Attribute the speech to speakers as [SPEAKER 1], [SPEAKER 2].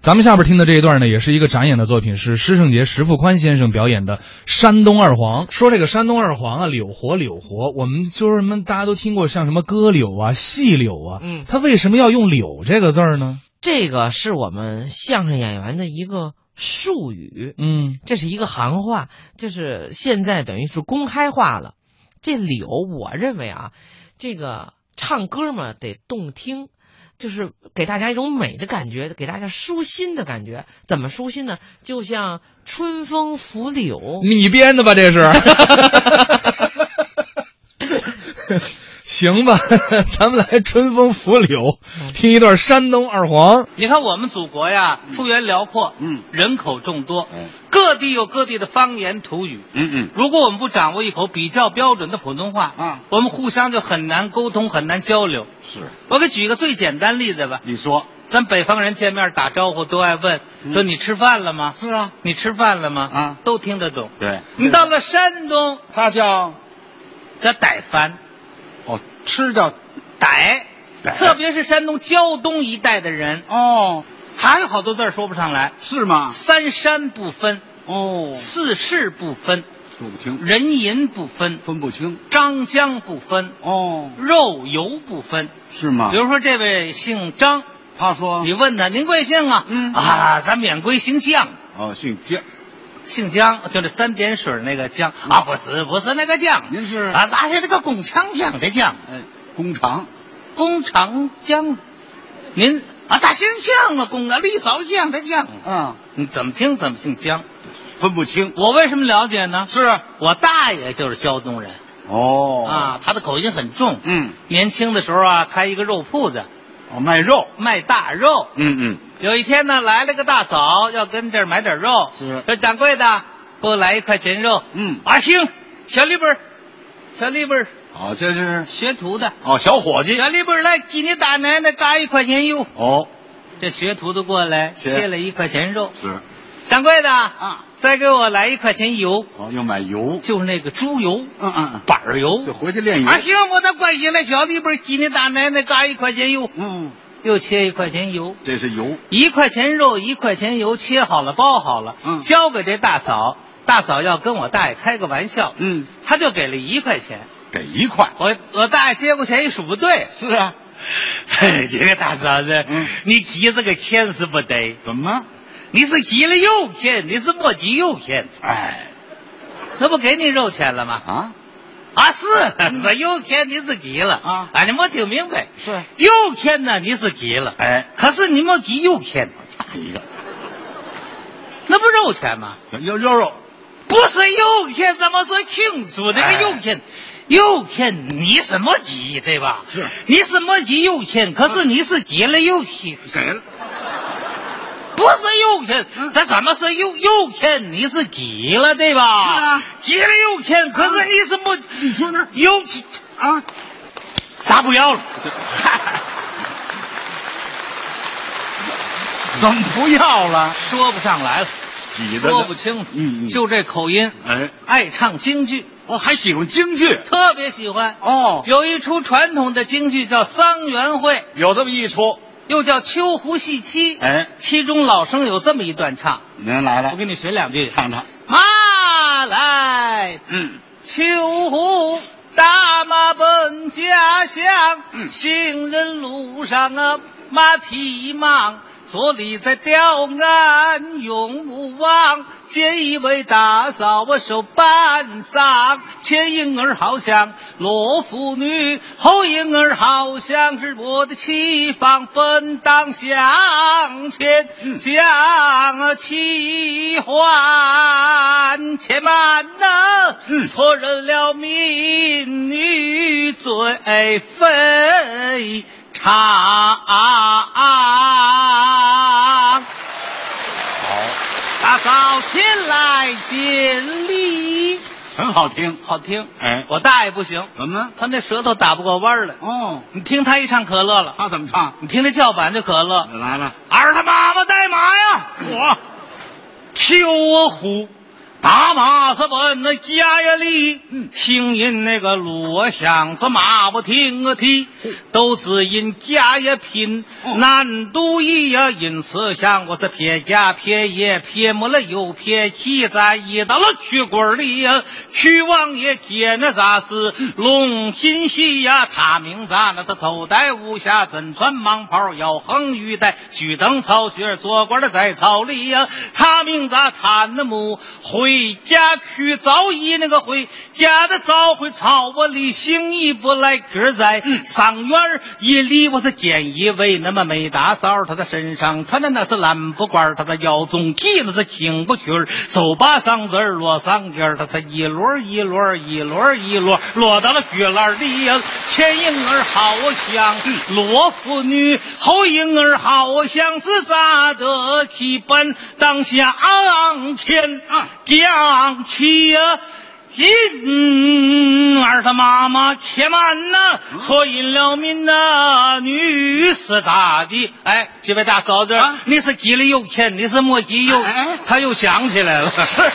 [SPEAKER 1] 咱们下边听的这一段呢，也是一个展演的作品，是施圣杰、石富宽先生表演的《山东二黄》。说这个山东二黄啊，柳活柳活，我们就是什么大家都听过，像什么歌柳啊、细柳啊，
[SPEAKER 2] 嗯
[SPEAKER 1] 他为什么要用“柳”这个字儿呢？
[SPEAKER 2] 这个是我们相声演员的一个术语，
[SPEAKER 1] 嗯
[SPEAKER 2] 这是一个行话，就是现在等于是公开化了。这柳，我认为啊，这个唱歌嘛得动听，就是给大家一种美的感觉，给大家舒心的感觉。怎么舒心呢？就像春风拂柳，
[SPEAKER 1] 你编的吧？这 是。行吧，咱们来春风拂柳，听一段山东二黄。
[SPEAKER 3] 你看我们祖国呀，幅员辽阔，
[SPEAKER 4] 嗯
[SPEAKER 3] 人口众多，
[SPEAKER 4] 嗯
[SPEAKER 3] 各地有各地的方言土语。
[SPEAKER 4] 嗯
[SPEAKER 3] 如果我们不掌握一口比较标准的普通话，
[SPEAKER 4] 嗯
[SPEAKER 3] 我们互相就很难沟通，很难交流。
[SPEAKER 4] 嗯，是，
[SPEAKER 3] 我给举一个最简单例子吧，
[SPEAKER 4] 你说
[SPEAKER 3] 咱北方人见面打招呼都爱问，
[SPEAKER 4] 嗯
[SPEAKER 3] 说你吃饭了吗？
[SPEAKER 4] 是啊，
[SPEAKER 3] 你吃饭了吗？
[SPEAKER 4] 啊
[SPEAKER 3] 都听得懂。
[SPEAKER 4] 对，
[SPEAKER 3] 你到了山东，
[SPEAKER 4] 他叫
[SPEAKER 3] 叫傣番，
[SPEAKER 4] 哦，吃叫
[SPEAKER 3] 傣，
[SPEAKER 4] 傣
[SPEAKER 3] 特别是山东胶东一带的人，
[SPEAKER 4] 哦，
[SPEAKER 3] 还有好多字儿说不上来，
[SPEAKER 4] 是吗？
[SPEAKER 3] 三山不分。
[SPEAKER 4] 哦，
[SPEAKER 3] 四市不分，
[SPEAKER 4] 数不清，
[SPEAKER 3] 人银不分，
[SPEAKER 4] 分不清，
[SPEAKER 3] 张江不分，
[SPEAKER 4] 哦，
[SPEAKER 3] 肉油不分。
[SPEAKER 4] 是吗
[SPEAKER 3] 比？如说这位姓张，
[SPEAKER 4] 他说
[SPEAKER 3] 你问他您贵姓啊？
[SPEAKER 4] 啊嗯
[SPEAKER 3] 啊，咱免贵姓姜，
[SPEAKER 4] 哦，姓姜，
[SPEAKER 3] 姓姜就这三点水那个姜啊，不是不是那个姜，
[SPEAKER 4] 您是
[SPEAKER 3] 啊，拿下那个拱腔姜的姜，
[SPEAKER 4] 哎，工厂
[SPEAKER 3] 弓长姜，您啊咋姓姜啊？拱啊立勺姜的姜，
[SPEAKER 4] 啊，
[SPEAKER 3] 你怎么听怎么姓姜。
[SPEAKER 4] 分不清，
[SPEAKER 3] 我为什么了解呢？
[SPEAKER 4] 是
[SPEAKER 3] 我大爷就是胶东人
[SPEAKER 4] 哦，
[SPEAKER 3] 啊，他的口音很重，
[SPEAKER 4] 嗯，
[SPEAKER 3] 年轻的时候啊，开一个肉铺子，
[SPEAKER 4] 哦，卖肉，
[SPEAKER 3] 卖大肉。
[SPEAKER 4] 嗯
[SPEAKER 3] 有一天呢，来了个大嫂，要跟这儿买点肉，
[SPEAKER 4] 是
[SPEAKER 3] 说掌柜的，给我来一块钱肉。
[SPEAKER 4] 嗯
[SPEAKER 3] 阿星，小李本儿，小李本儿，
[SPEAKER 4] 嗯，哦，这是
[SPEAKER 3] 学徒的，
[SPEAKER 4] 哦，小伙计，
[SPEAKER 3] 小李本儿来给你大奶奶嘎一块钱肉。
[SPEAKER 4] 哦，
[SPEAKER 3] 这学徒的过来
[SPEAKER 4] 是
[SPEAKER 3] 切了一块钱肉，
[SPEAKER 4] 是，
[SPEAKER 3] 掌柜的
[SPEAKER 4] 啊，
[SPEAKER 3] 再给我来一块钱油，
[SPEAKER 4] 哦，要买油，
[SPEAKER 3] 就是那个猪油、哎
[SPEAKER 4] 嗯嗯
[SPEAKER 3] 板儿油
[SPEAKER 4] 嗯，得。回去炼油，
[SPEAKER 3] 阿星，我的关系了，小李本儿给你大奶奶嘎一块钱油，
[SPEAKER 4] 嗯，
[SPEAKER 3] 又切一块钱油。
[SPEAKER 4] 这是油，
[SPEAKER 3] 一块钱肉，一块钱油，切好了，包好了，
[SPEAKER 4] 嗯
[SPEAKER 3] 交给这大嫂。大嫂要跟我大爷开个玩笑，
[SPEAKER 4] 嗯，
[SPEAKER 3] 他就给了一块钱。
[SPEAKER 4] 给一块，
[SPEAKER 3] 我我大爷接过钱一数不对，
[SPEAKER 4] 是啊，
[SPEAKER 3] 嘿这个大嫂子，
[SPEAKER 4] 嗯
[SPEAKER 3] 你急这个钱是不对，
[SPEAKER 4] 怎么？
[SPEAKER 3] 你是急了又钱，你是没急又钱，
[SPEAKER 4] 哎
[SPEAKER 3] 那不给你肉钱了吗？
[SPEAKER 4] 啊，
[SPEAKER 3] 啊， 是是又钱你是急了
[SPEAKER 4] 啊
[SPEAKER 3] 啊，你没听明白，
[SPEAKER 4] 是
[SPEAKER 3] 又钱呢你是急了，
[SPEAKER 4] 哎，
[SPEAKER 3] 可是你没急又钱，
[SPEAKER 4] 一个
[SPEAKER 3] 那不肉钱吗？
[SPEAKER 4] 要肉肉，
[SPEAKER 3] 不是右天，怎么说清楚？这
[SPEAKER 4] 哎
[SPEAKER 3] 个右天，右天你什么急对吧？
[SPEAKER 4] 是
[SPEAKER 3] 你什么急右天？可是你是急了右天，
[SPEAKER 4] 给了，
[SPEAKER 3] 不是右天，
[SPEAKER 4] 嗯
[SPEAKER 3] 他怎么是右右天？你是急了对吧？
[SPEAKER 4] 是啊，嗯
[SPEAKER 3] 急了右天，可是你什么？
[SPEAKER 4] 你听呢？
[SPEAKER 3] 右天
[SPEAKER 4] 啊，
[SPEAKER 3] 啥不 要了？
[SPEAKER 4] 怎么不要了？
[SPEAKER 3] 说不上来了，
[SPEAKER 4] 挤的
[SPEAKER 3] 说不清楚，
[SPEAKER 4] 嗯嗯
[SPEAKER 3] 就这口音，
[SPEAKER 4] 哎，
[SPEAKER 3] 爱唱京剧，
[SPEAKER 4] 我还喜欢京剧
[SPEAKER 3] 特别喜欢。
[SPEAKER 4] 哦，
[SPEAKER 3] 有一出传统的京剧叫《桑园会》，
[SPEAKER 4] 有这么一出，
[SPEAKER 3] 又叫秋胡戏妻。
[SPEAKER 4] 哎
[SPEAKER 3] 其中老生有这么一段唱，
[SPEAKER 4] 您来
[SPEAKER 3] 我
[SPEAKER 4] 了，
[SPEAKER 3] 给你学两句。
[SPEAKER 4] 唱唱，
[SPEAKER 3] 马来
[SPEAKER 4] 嗯，
[SPEAKER 3] 秋胡，大马奔家乡。
[SPEAKER 4] 嗯
[SPEAKER 3] 行人路上啊，马蹄忙。昨里在吊鞍永不忘，见一位大嫂我手半晌，前影儿好像罗妇女，后影儿好像是我的妻房，分当向前
[SPEAKER 4] 嗯
[SPEAKER 3] 将妻还且慢呐、
[SPEAKER 4] 嗯
[SPEAKER 3] 错认了民女罪非常。
[SPEAKER 4] 好，
[SPEAKER 3] 大嫂前来见礼，
[SPEAKER 4] 很好听，
[SPEAKER 3] 好听。
[SPEAKER 4] 哎
[SPEAKER 3] 我大爷不行，
[SPEAKER 4] 怎么？
[SPEAKER 3] 他那舌头打不过弯儿来。
[SPEAKER 4] 哦，
[SPEAKER 3] 你听他一唱可乐了，
[SPEAKER 4] 他怎么唱？
[SPEAKER 3] 你听这叫板就可乐。
[SPEAKER 4] 来了，
[SPEAKER 3] 儿他妈妈带马呀！
[SPEAKER 4] 我
[SPEAKER 3] 秋胡，打马是奔那家呀里，行人那个路啊响是马不停啊蹄，都是因家呀拼难度易呀，因此像我是撇家撇业撇没了又撇弃，在一到了曲棍里呀，曲王爷接那咋是龙心戏呀，他名咋那他头戴乌霞，身穿蟒袍腰横玉带，举灯草靴，做官的在朝里呀，他名咋贪那木回家去早已那个回家的早回朝我里行一不来哥在上院儿一里我是见一位那么美大嫂儿，她的身上穿的那是蓝布褂儿，她的腰中系的是青布裙儿，手把桑子儿落桑尖儿，她是一摞儿一摞儿一摞儿一摞儿落到了雪篮里呀，前影儿好像罗妇女，后影儿好像是扎得起奔当下昂天啊将起呀。因儿他妈妈且慢呐，
[SPEAKER 4] 嗯
[SPEAKER 3] 错引了民呐，女是咋的？哎，这位大嫂子，你是急了又欠，你是莫急又，
[SPEAKER 4] 啊哎
[SPEAKER 3] 他又想起来了，是啊。